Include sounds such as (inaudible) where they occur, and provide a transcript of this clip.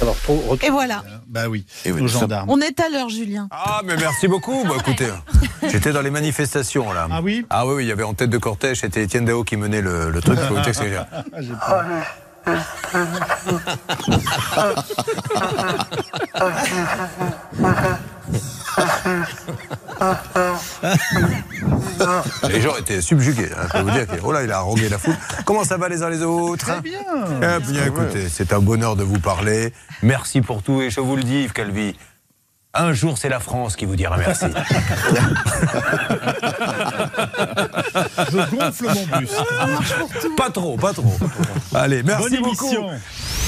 retrouver Et voilà. Bah oui, Et Eh oui, nos nous sommes- gendarmes. On est à l'heure, Julien. Ah, mais merci beaucoup. Bah, écoutez, j'étais dans les manifestations, là. Ah oui Ah oui, oui, il y avait en tête de cortège, c'était Étienne Dao qui menait le, le truc. Faut (laughs) que c'est- Ah, les gens étaient subjugués. hein, je peux vous dire que, oh là, il a harangué la foule. Comment ça va les uns les autres Très bien. Eh bien, écoutez, c'est un bonheur de vous parler. Merci pour tout. Et je vous le dis, Yves Calvi, un jour, c'est la France qui vous (laughs) dira merci. Je gonfle mon buste. (laughs) pas trop, pas trop. Allez, merci Bonne beaucoup. émission.